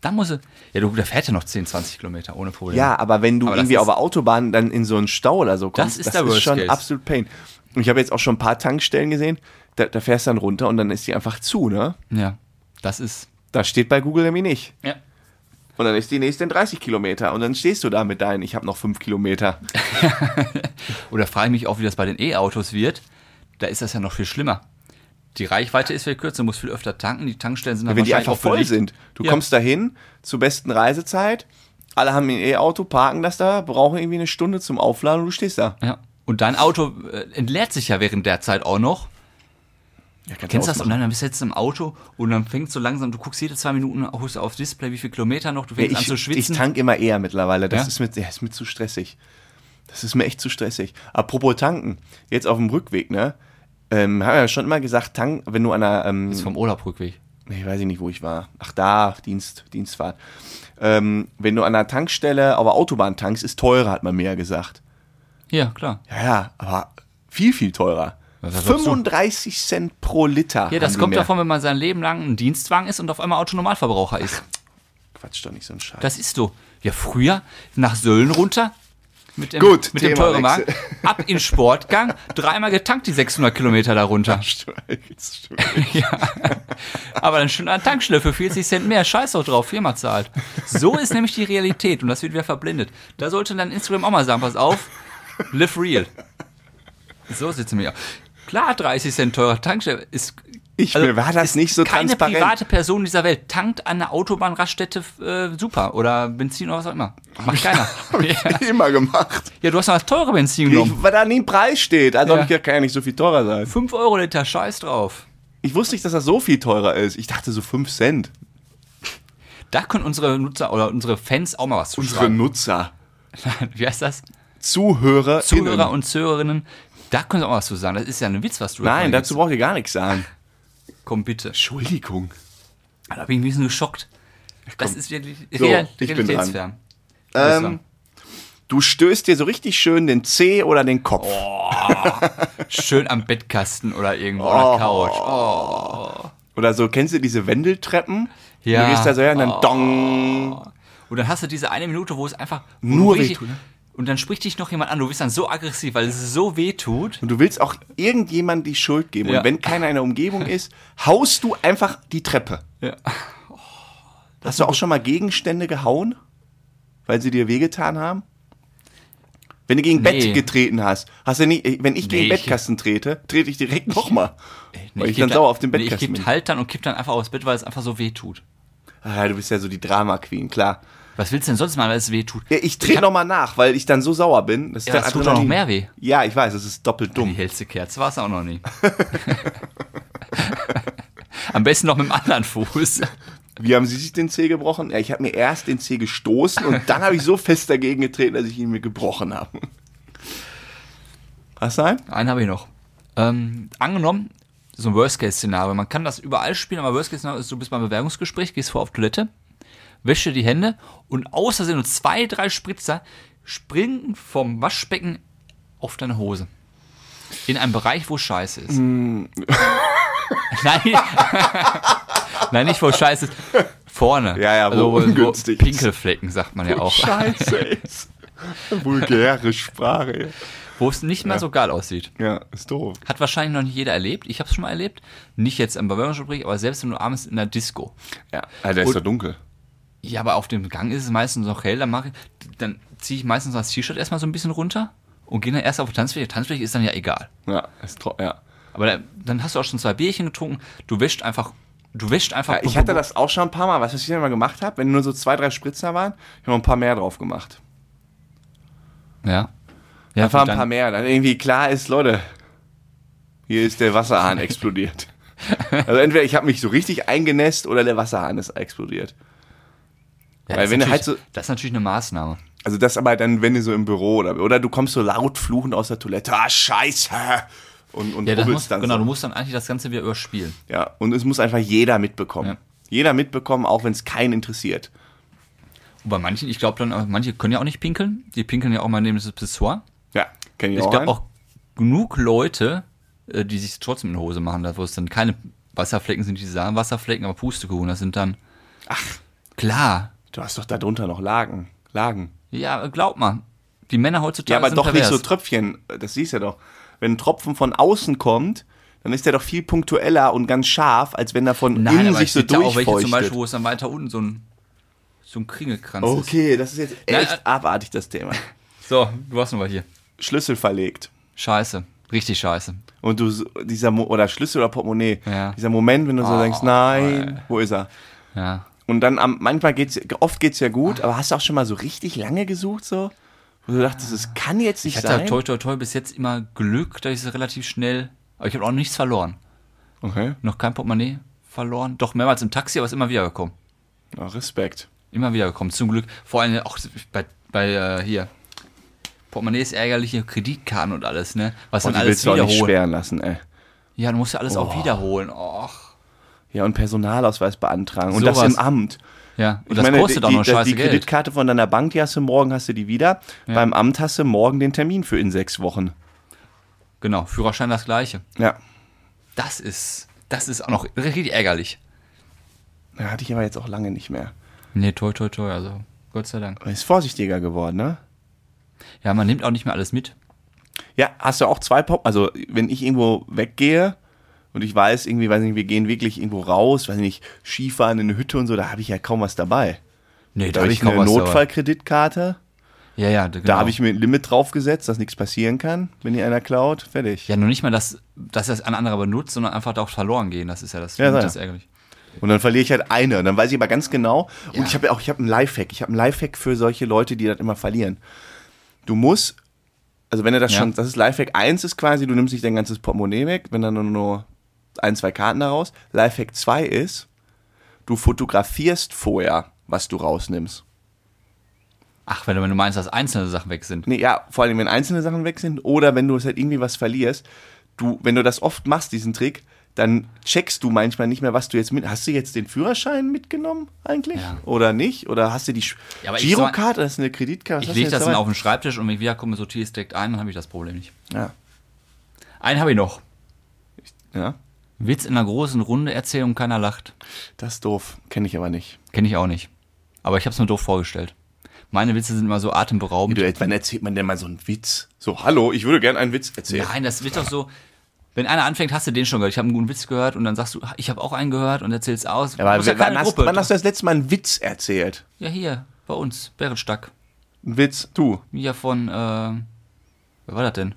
Dann musst du. Ja, du, der fährt ja noch 10, 20 Kilometer ohne Probleme.
Ja, aber wenn du
Aber das
irgendwie
ist-
auf der Autobahn dann in so einen Stau oder so kommst,
Das ist der Worst
schon
Case.
absolut Pain. Und ich habe jetzt auch schon ein paar Tankstellen gesehen, da, da fährst du dann runter und dann ist die einfach zu, ne?
Ja, das ist.
Da steht bei Google nämlich nicht.
Ja.
Und dann ist die nächste in 30 Kilometer und dann stehst du da mit deinen, ich habe noch 5 Kilometer.
Oder frage ich mich auch, wie das bei den E-Autos wird. Da ist das ja noch viel schlimmer. Die Reichweite ist viel kürzer, muss viel öfter tanken. Die Tankstellen sind dann
wenn die
wahrscheinlich
einfach
auch
voll
belegt.
sind. Du
Ja.
kommst dahin zur besten Reisezeit, alle haben ein E-Auto, parken das da, brauchen irgendwie eine Stunde zum Aufladen und du stehst da.
Ja. Und dein Auto äh, entleert sich ja während der Zeit auch noch.
Ja,
Kennst du das? Und dann bist du jetzt im Auto und dann fängst du langsam, du guckst jede zwei Minuten, holst du aufs Display, wie viel Kilometer noch, du fängst an
ich,
zu
ich
schwitzen.
tank immer eher mittlerweile. Das
Ja?
ist, mir, ja, ist mir zu stressig. Das ist mir echt zu stressig. Apropos tanken, jetzt auf dem Rückweg, ne? Ähm, haben wir ja schon immer gesagt, tank, wenn du an einer ähm,
Vom Urlaubrückweg.
Nee, weiß ich nicht, wo ich war. Ach da, Dienst, Dienstfahrt. Ähm, wenn du an einer Tankstelle auf der Autobahn tankst, ist teurer, hat man mir ja gesagt.
Ja, klar.
Ja, ja, aber viel, viel teurer.
Was glaubst du?
35 Cent pro Liter.
Ja,
haben
das
die
kommt
mir-
davon, wenn man sein Leben lang ein Dienstwagen ist und auf einmal Autonormalverbraucher ist.
Quatsch doch nicht so ein Scheiß.
Das ist so. Ja, früher nach Sölln runter. Mit dem,
Gut,
mit dem
Thema
teuren Wagen.
Wechsel.
Ab in Sportgang. Dreimal getankt die 600
[laughs]
Kilometer darunter. [laughs] Aber dann schon an der Tankstelle für 40 Cent mehr. Scheiß doch drauf, viermal zahlt. So ist nämlich die Realität und das wird wieder verblindet. Da sollte dann Instagram auch mal sagen, pass auf, live real. So sitzt mir. Klar, 30 Cent teurer Tankstelle ist.
Ich mir war das
Also, ist
nicht so
keine
transparent.
private Person dieser Welt tankt an einer Autobahnraststätte äh, super oder Benzin oder was auch immer. Macht keiner. ja.
[laughs] Immer gemacht.
[laughs] ja, du hast noch das teure Benzin genommen.
Ich, weil da nie ein Preis steht. Also
Ja.
hab ich gedacht, kann ja nicht so viel teurer sein.
5 Euro Liter, scheiß drauf.
Ich wusste nicht, dass das so viel teurer ist. Ich dachte so 5 Cent.
Da können unsere Nutzer oder unsere Fans auch mal was zu
Unsere
sagen.
Nutzer,
[laughs] Wie heißt das?
Zuhörer,
Zuhörer und Zuhörerinnen, da können Sie auch was zu sagen. Das ist ja ein Witz, was du da
Nein,
vorhin
dazu
gibst.
braucht ihr gar nichts sagen.
Komm bitte.
Entschuldigung.
Da bin ich ein bisschen geschockt. Das ist wirklich
So,
real,
ich bin
realitätsfern.
Ähm, Du stößt dir so richtig schön den Zeh oder den Kopf.
Oh. Schön am Bettkasten oder irgendwo oder Couch. Oh,
Oder so, kennst du diese Wendeltreppen?
Ja. Oh.
Du gehst da so her und dann dong.
Und dann hast du diese eine Minute, wo es einfach wo
Nur
du richtig-
wehtut, ne?
Und dann spricht dich noch jemand an. Du bist dann so aggressiv, weil es so weh tut.
Und du willst auch irgendjemand die Schuld geben.
Ja.
Und wenn keiner in der Umgebung ist, haust du einfach die Treppe.
Ja.
Hast du auch schon mal Gegenstände gehauen, weil sie dir wehgetan haben? Wenn du gegen
Nee.
Bett getreten hast, hast du nicht, wenn ich gegen
Nee, ich-
Bettkasten trete, trete ich direkt nochmal. Weil ich,
geb
dann
da-
sauer auf den
nee, Ich
Bettkasten
gebe
bin.
halt dann und kipp dann einfach aufs Bett, weil es einfach so weh tut.
Ah, du bist ja so die Drama-Queen, klar.
Was willst du denn sonst machen, weil es weh tut?
Ja, ich trete nochmal nach, weil ich dann so sauer bin. Das, ist
Ja,
dann
das tut
Adrenalin.
doch noch mehr weh.
Ja, ich weiß, es ist doppelt
Die
Halt dumm.
hellste Kerze war es auch noch nie. [laughs] Am besten noch mit dem anderen Fuß.
Wie haben Sie sich den Zeh gebrochen? Ja, ich habe mir erst den Zeh gestoßen und dann habe ich so fest dagegen getreten, dass ich ihn mir gebrochen habe. Was sein?
Einen habe ich noch. Ähm, angenommen, so ein Worst-Case-Szenario. Man kann das überall spielen, aber Worst-Case-Szenario ist, du bist beim Bewerbungsgespräch, gehst vor auf Toilette, wäsche dir die Hände und außer sind nur zwei, drei Spritzer springen vom Waschbecken auf deine Hose. In einem Bereich, wo Scheiße ist.
Mm.
Nein. [laughs] Nein, nicht wo Scheiße ist. Vorne. Also,
Ja, ja, wo ungünstig ist.
Pinkelflecken, sagt man ja auch.
Scheiße ist. Vulgäre Sprache.
Wo es nicht mehr so geil aussieht.
Ja, ist doof.
Hat wahrscheinlich noch nicht jeder erlebt. Ich habe es schon mal erlebt. Nicht jetzt am Bewerbungsgespräch, aber selbst wenn du abends in der Disco.
Ja, Alter,
Und-
ist doch dunkel.
Ja, aber auf dem Gang ist es meistens noch hell. Dann, mach ich, dann ziehe ich meistens das T-Shirt erstmal so ein bisschen runter und gehe dann erst auf die Tanzfläche. Tanzfläche ist dann ja egal.
Ja, ist tro ja.
Aber da, dann hast du auch schon zwei Bierchen getrunken. Du wäschst einfach. Du wäschst einfach.
Ich hatte das auch schon ein paar Mal. Was, was ich dann mal gemacht habe, wenn nur so zwei, drei Spritzer waren, ich habe noch ein paar mehr drauf gemacht.
Ja. Ja,
Einfach
gut,
ein paar
dann,
mehr. Dann irgendwie klar ist, Leute, hier ist der
[laughs]
Wasserhahn explodiert. Also entweder ich habe mich so richtig eingenässt oder der Wasserhahn ist explodiert.
ja,
Weil
das,
wenn
ist
du halt
natürlich- das ist natürlich eine Maßnahme.
Also das aber dann, wenn du so im Büro oder, oder du kommst so laut fluchend aus der Toilette, ah, scheiße, und, und
Ja, das muss,
rubbelst dann
genau, du
so.
musst dann eigentlich das Ganze wieder überspielen.
Ja, und es muss einfach jeder mitbekommen.
Ja.
Jeder mitbekommen, auch wenn es keinen interessiert.
Und bei manchen, ich glaube dann, manche können ja auch nicht pinkeln. Die pinkeln ja auch mal neben das Pissoir.
Ja, kenn ich,
Ich
auch,
glaube
einen.
auch genug Leute, äh, die sich trotzdem in die Hose machen, da wo es dann keine Wasserflecken sind diese Wasserflecken, aber Pustekuchen, das sind dann. Ach. Klar.
Du hast doch darunter noch Lagen. Lagen.
Ja, glaub mal. Die Männer heutzutage
Ja, aber
sind
doch nicht
pervers.
so Tröpfchen. Das siehst du ja doch. Wenn ein Tropfen von außen kommt, dann ist der doch viel punktueller und ganz scharf, als wenn er von
Nein,
innen
aber
sich
es
so
gibt ja auch welche zum Beispiel,
durchfeuchtet.
wo es dann weiter unten so ein, so ein Kringelkranz ist.
Okay, das ist jetzt
Nein,
echt
äh-
abartig, das Thema.
So, du hast noch mal hier.
Schlüssel verlegt.
Scheiße. Richtig scheiße.
Und du, so- dieser, Mo oder Schlüssel oder Portemonnaie,
Ja.
dieser Moment, wenn du so
Oh,
denkst, nein, wo ist er?
Ja.
Und dann am, manchmal geht's, oft geht's ja gut, aber hast du auch schon mal so richtig lange gesucht, so? Wo du dachtest, es kann jetzt nicht
Ich hatte halt
sein.
toi toi toi bis jetzt immer Glück, dass ich es relativ schnell. Aber ich habe auch nichts verloren.
Okay.
Noch kein Portemonnaie verloren. Doch mehrmals im Taxi, aber es ist immer wieder gekommen.
Ja, Respekt.
Immer wieder gekommen. Zum Glück. Vor allem auch bei, bei äh, hier. Portemonnaie ist ärgerlich, hier Kreditkarten und alles, ne? Was
Und
dann
du
alles
willst du auch nicht
wiederholen.
schweren lassen, ey.
Ja, du musst ja alles auch wiederholen. Och.
Ja, und Personalausweis beantragen. Und das
Sowas.
im Amt.
Ja, und
Ich
das
meine,
kostet
die,
auch noch
die, das-
scheiße
Die
Geld.
Kreditkarte von deiner Bank, die hast du morgen, hast du die wieder. Beim Amt hast du morgen den Termin für in sechs Wochen.
Genau, Führerschein das gleiche.
Ja.
Das ist, das ist auch noch richtig ärgerlich.
ja hatte ich aber jetzt auch lange nicht mehr.
Nee, toi, toi, toi, also Gott sei Dank.
Aber Ist vorsichtiger geworden, ne?
Ja, man nimmt auch nicht mehr alles mit.
Ja, hast du auch zwei Pop? Also, wenn ich irgendwo weggehe und ich weiß, irgendwie, weiß nicht, wir gehen wirklich irgendwo raus, weiß nicht, Skifahren in eine Hütte und so, da habe ich ja kaum was dabei.
Nee,
Da habe ich
kaum
eine
was dabei.
Notfallkreditkarte,
Ja, ja, genau.
da habe ich mir ein Limit draufgesetzt, dass nichts passieren kann, wenn hier einer klaut, fertig.
Ja, nur nicht mal, dass, dass das ein anderer benutzt, sondern einfach da auch verloren gehen. Das ist ja das,
Ja,
das
sei.
ist ärgerlich.
Und dann verliere ich halt eine. Und dann weiß ich aber ganz genau.
Ja.
Und ich habe ja auch, ich habe einen Lifehack. Ich habe einen Lifehack für solche Leute, die das immer verlieren. Du musst, also wenn du das
Ja.
schon, das ist Lifehack 1 ist quasi, du nimmst nicht dein ganzes Portemonnaie weg, wenn dann nur, nur ein, zwei Karten daraus. Lifehack 2 ist, du fotografierst vorher, was du rausnimmst.
Ach, wenn du, wenn du meinst, dass einzelne Sachen weg sind.
Nee, ja, vor allem wenn einzelne Sachen weg sind oder wenn du es halt irgendwie was verlierst. Du, wenn du das oft machst, diesen Trick, dann checkst du manchmal nicht mehr, was du jetzt mit. Hast du jetzt den Führerschein mitgenommen eigentlich?
Ja.
Oder nicht? Oder hast du die Sch-
Ja, aber ich sag mal-
Girokarte? Das ist eine Kreditkarte. Was
Ich
hast du
lege
jetzt
das dann
dabei?
auf den Schreibtisch und wenn ich wiederkomme, sortiere ich es direkt ein, dann habe ich das Problem nicht.
Ja.
Einen habe ich noch.
ja,
Witz in einer großen Runde erzählen und keiner lacht.
das ist doof. Kenne ich aber nicht.
Kenne ich auch nicht. Aber ich habe es mir doof vorgestellt. Meine Witze sind immer so atemberaubend.
Du, wann erzählt man denn mal so einen Witz? So, hallo, ich würde gerne einen Witz erzählen.
Nein, das wird doch so. Wenn einer anfängt, hast du den schon gehört. Ich habe einen guten Witz gehört und dann sagst du, ich habe auch einen gehört und erzählst aus.
Ja, aber
Muss ja
wann,
keine
hast,
Gruppe.
wann hast du das letzte Mal einen Witz erzählt?
ja, hier, bei uns, Bärenstack.
Einen Witz? Du.
Ja, von, äh, wer war das denn?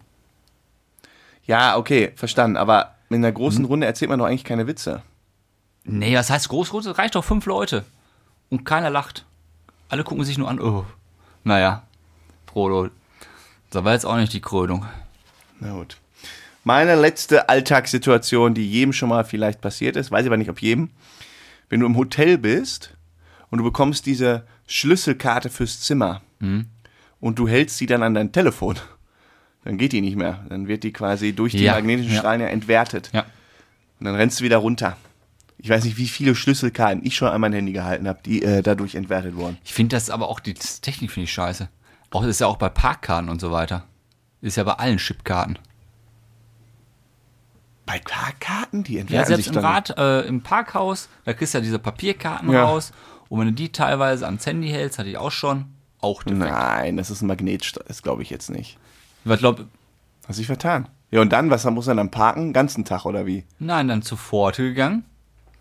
Ja, okay, verstanden. Aber in einer großen Runde erzählt man doch eigentlich keine Witze.
Nee, das heißt Großrunde, reicht doch fünf Leute. Und keiner lacht. Alle gucken sich nur an, oh. Naja, Frodo. Da war jetzt auch nicht die Krönung.
Na gut. Meine letzte Alltagssituation, die jedem schon mal vielleicht passiert ist, weiß ich aber nicht, ob jedem. Wenn du im Hotel bist und du bekommst diese Schlüsselkarte fürs Zimmer
Mhm.
und du hältst sie dann an dein Telefon, [laughs] dann geht die nicht mehr. Dann wird die quasi durch die
Ja,
magnetischen
ja.
Strahlen ja entwertet.
Ja.
Und dann rennst du wieder runter. Ich weiß nicht, wie viele Schlüsselkarten ich schon an mein Handy gehalten habe, die äh, dadurch entwertet wurden.
Ich finde das aber auch, die Technik finde ich scheiße. Auch das ist ja auch bei Parkkarten und so weiter. Ist ja bei allen Chipkarten.
Bei Karten, die
Ja,
entwerten
selbst
sich
im
dann.
Rad, äh, im Parkhaus, da kriegst du ja diese Papierkarten
Ja.
raus. Und wenn du die teilweise ans Handy hältst, hatte ich auch schon, auch defekt.
Nein, das ist ein Magnetstrahl, das glaube ich jetzt nicht.
Ich glaube,
Hast dich vertan. Ja, und dann, was muss er dann parken? Den ganzen Tag oder wie?
nein, dann zu Pforte gegangen,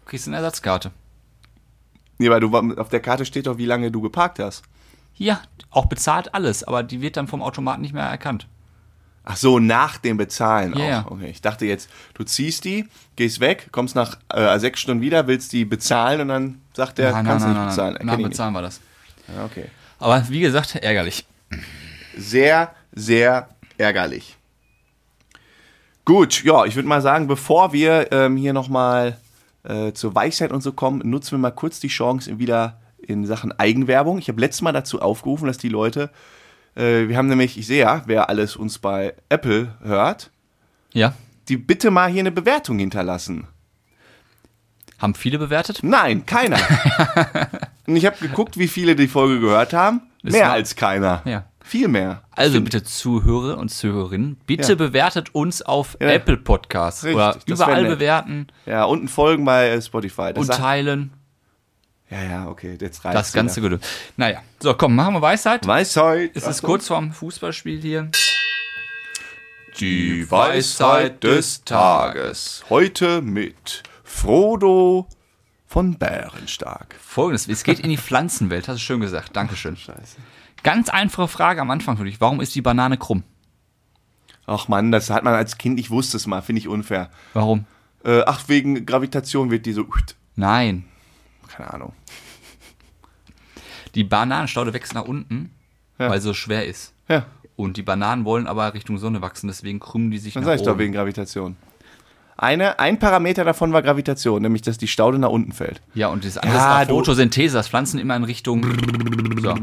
kriegst eine Ersatzkarte.
Nee, weil du auf der Karte steht doch, wie lange du geparkt hast.
Ja, auch bezahlt alles, aber die wird dann vom Automaten nicht mehr erkannt.
Ach so, nach dem Bezahlen
Ja, ja.
auch. Okay, ich dachte jetzt, du ziehst die, gehst weg, kommst nach äh, sechs Stunden wieder, willst die bezahlen und dann sagt der, kannst du nicht bezahlen.
Nach
Erkenn ich
bezahlen war das.
nicht. Ja, okay.
Aber wie gesagt, ärgerlich.
Sehr, sehr ärgerlich. Gut, ja, ich würde mal sagen, bevor wir ähm, hier nochmal äh, zur Weichheit und so kommen, nutzen wir mal kurz die Chance wieder in Sachen Eigenwerbung. Ich habe letztes Mal dazu aufgerufen, dass die Leute, äh, wir haben nämlich, ich sehe ja, wer alles uns bei Apple hört,
Ja,
die bitte mal hier eine Bewertung hinterlassen.
haben viele bewertet.
Nein,
[laughs]
keiner. und ich habe geguckt, wie viele die Folge gehört haben.
Es
Mehr
war-
als keiner.
Ja.
Viel mehr.
Also bitte Zuhörer und Zuhörerinnen, bitte
Ja.
bewertet uns auf
Ja.
Apple Podcasts
Richtig,
oder
das wär
überall
nett.
bewerten
Ja, unten folgen bei äh, Spotify. Das
und
sagt,
teilen.
ja, ja, okay, jetzt reicht's.
Das ganze Gute. Naja, so komm, machen wir Weisheit.
Weisheit. Also,
Es ist kurz vorm Fußballspiel hier.
Die Weisheit des Tages. Heute mit Frodo von Bärenstark.
Folgendes, es geht in die Pflanzenwelt, hast du schön gesagt. Dankeschön.
Scheiße.
Ganz einfache Frage am Anfang für dich. Warum ist die Banane krumm?
Ach man, das hat man als Kind, ich wusste es mal, finde ich unfair.
Warum?
Äh, ach, wegen Gravitation wird die so.
Nein.
Keine Ahnung.
Die Bananenstaude wächst nach unten,
Ja.
weil sie so schwer ist.
Ja,
Und die Bananen wollen aber Richtung Sonne wachsen, deswegen krümmen die sich
dann
nach
sag ich
oben.
doch wegen Gravitation. Eine, ein Parameter davon war Gravitation, nämlich dass die Staude nach unten fällt.
Ja, und das andere
Ja,
war
du-
Photosynthese, dass Pflanzen immer in Richtung. So.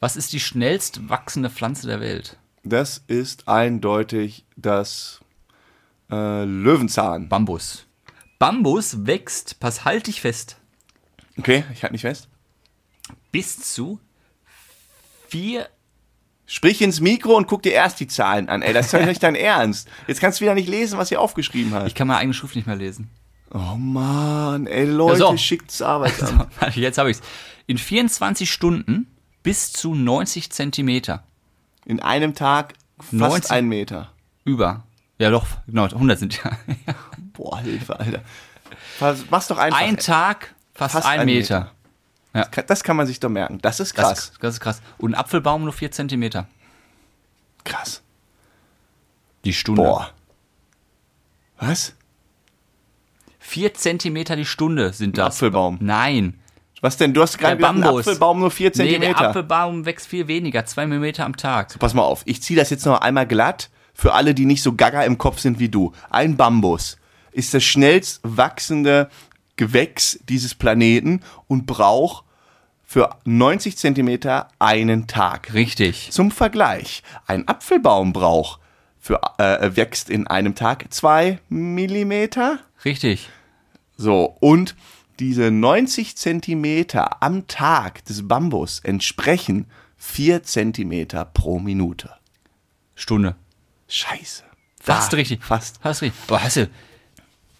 Was ist die schnellst wachsende Pflanze der Welt?
Das ist eindeutig das äh, Löwenzahn.
Bambus. Bambus wächst, pass halt dich fest,
Okay, ich halte mich fest.
bis zu vier.
Sprich ins Mikro und guck dir erst die Zahlen an. Ey, das ist doch nicht dein Ernst. Jetzt kannst du wieder nicht lesen, was ihr aufgeschrieben
Ich
habt.
kann meine eigene Schrift nicht mehr lesen. [laughs]
Oh Mann, ey, Leute,
Ja, so.
schickt's Arbeitsamt.
So, Jetzt habe ich es. In 24 Stunden bis zu 90 Zentimeter
In einem Tag fast
19.
ein Meter.
über. Ja, doch, genau, 100 sind ja.
Boah, Hilfe, Alter. Pass- Mach's doch einfach. e-
Ein Tag, fast, ein, Meter.
das kann man sich doch merken. Das ist krass.
Das, das ist krass. Und ein Apfelbaum nur 4 Zentimeter.
krass.
Die Stunde.
Boah. Was?
4 Zentimeter die Stunde sind das.
Apfelbaum.
Nein.
Was denn? Du hast gerade
Der
gesagt, ein
Bambus.
Apfelbaum nur 4
Nee, der
Zentimeter.
Apfelbaum wächst viel weniger, 2 Millimeter am Tag.
Pass mal auf, ich ziehe das jetzt noch einmal glatt für alle, die nicht so gaga im Kopf sind wie du. Ein Bambus ist das schnellst wachsende Gewächs dieses Planeten und braucht für 90 Zentimeter einen Tag.
Richtig.
Zum Vergleich, ein Apfelbaum braucht für, äh, wächst in einem Tag 2 Millimeter.
Richtig.
So, und diese 90 Zentimeter am Tag des Bambus entsprechen 4 Zentimeter pro Minute.
Stunde.
Scheiße.
Fast
Ah,
richtig.
Fast.
Fast richtig. Boah, hast du.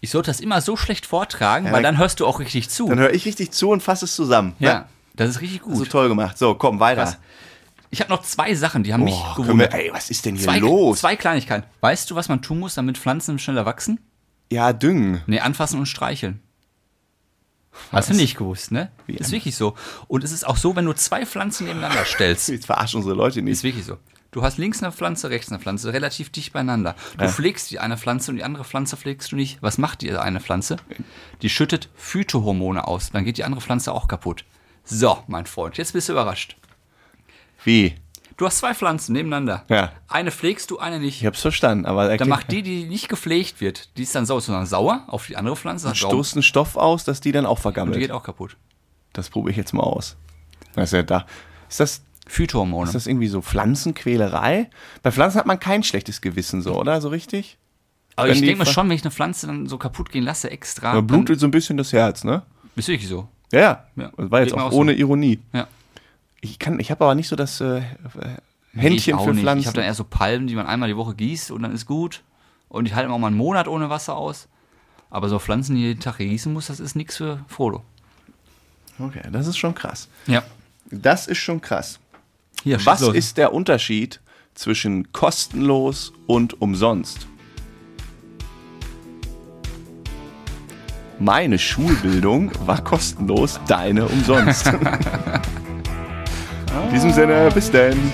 Ich sollte das immer so schlecht vortragen, weil
dann-
dann hörst du auch richtig zu.
Dann Also- höre ich richtig zu und fasse es zusammen. ne?
ja. Das ist richtig gut.
So toll gemacht. So, komm, weiter.
Krass. Ich habe noch zwei Sachen, die haben mich
Boah, können wir,
gewundert.
ey, was ist denn hier
Zwei,
los?
zwei Kleinigkeiten. Weißt du, was man tun muss, damit Pflanzen schneller wachsen?
Ja, düngen.
Nee, anfassen und streicheln. Hast du nicht gewusst, ne? Ist wirklich so. Und es ist auch so, wenn du zwei Pflanzen
[laughs]
nebeneinander stellst.
Jetzt verarschen unsere Leute
Ist
nicht.
wirklich so. Du hast links eine Pflanze, rechts eine Pflanze, relativ dicht beieinander. Du pflegst die eine Pflanze und die andere Pflanze pflegst du nicht. Was macht die eine Pflanze? Die schüttet Phytohormone aus. Dann geht die andere Pflanze auch kaputt. So, mein Freund, jetzt bist du überrascht.
Wie?
Du hast zwei Pflanzen nebenender.
Ja.
Eine pflegst du, eine nicht.
Ich hab's verstanden, aber
Dann macht die, die nicht gepflegt wird, die ist dann sauer, sondern sauer auf die andere Pflanze. Dann
[laughs]
sauer.
stoßen Stoff aus, dass die dann auch
Die
vergammelt.
geht auch kaputt.
Das probiere ich jetzt mal aus. Das ist ja da. Ist das,
Phytohormone.
ist das irgendwie so Pflanzenquälerei? Bei Pflanzen hat man kein schlechtes Gewissen, so, oder? So richtig?
Aber ich
Wenn die
denke mir
Pfla-
schon, wenn ich eine Pflanze dann so kaputt gehen lasse, extra.
Man blutet so ein bisschen das Herz, ne?
Dann, ist wirklich so.
Ja, ja.
Ja.
Das war jetzt
Geht mir
auch,
auch so.
ohne Ironie.
Ja.
Ich kann, ich habe aber nicht so das äh, äh, Händchen
ich auch
für
nicht.
Pflanzen.
Ich habe dann eher so Palmen, die man einmal die Woche gießt und dann ist gut. Und ich halte auch mal einen Monat ohne Wasser aus. Aber so Pflanzen, die jeden Tag gießen muss, das ist nichts für Frodo.
Okay, das ist schon krass.
Ja.
Das ist schon krass.
Hier,
Was
schieß los.
ist der Unterschied zwischen kostenlos und umsonst? Meine Schulbildung war
[laughs]
kostenlos, deine umsonst. In diesem Sinne, bis denn.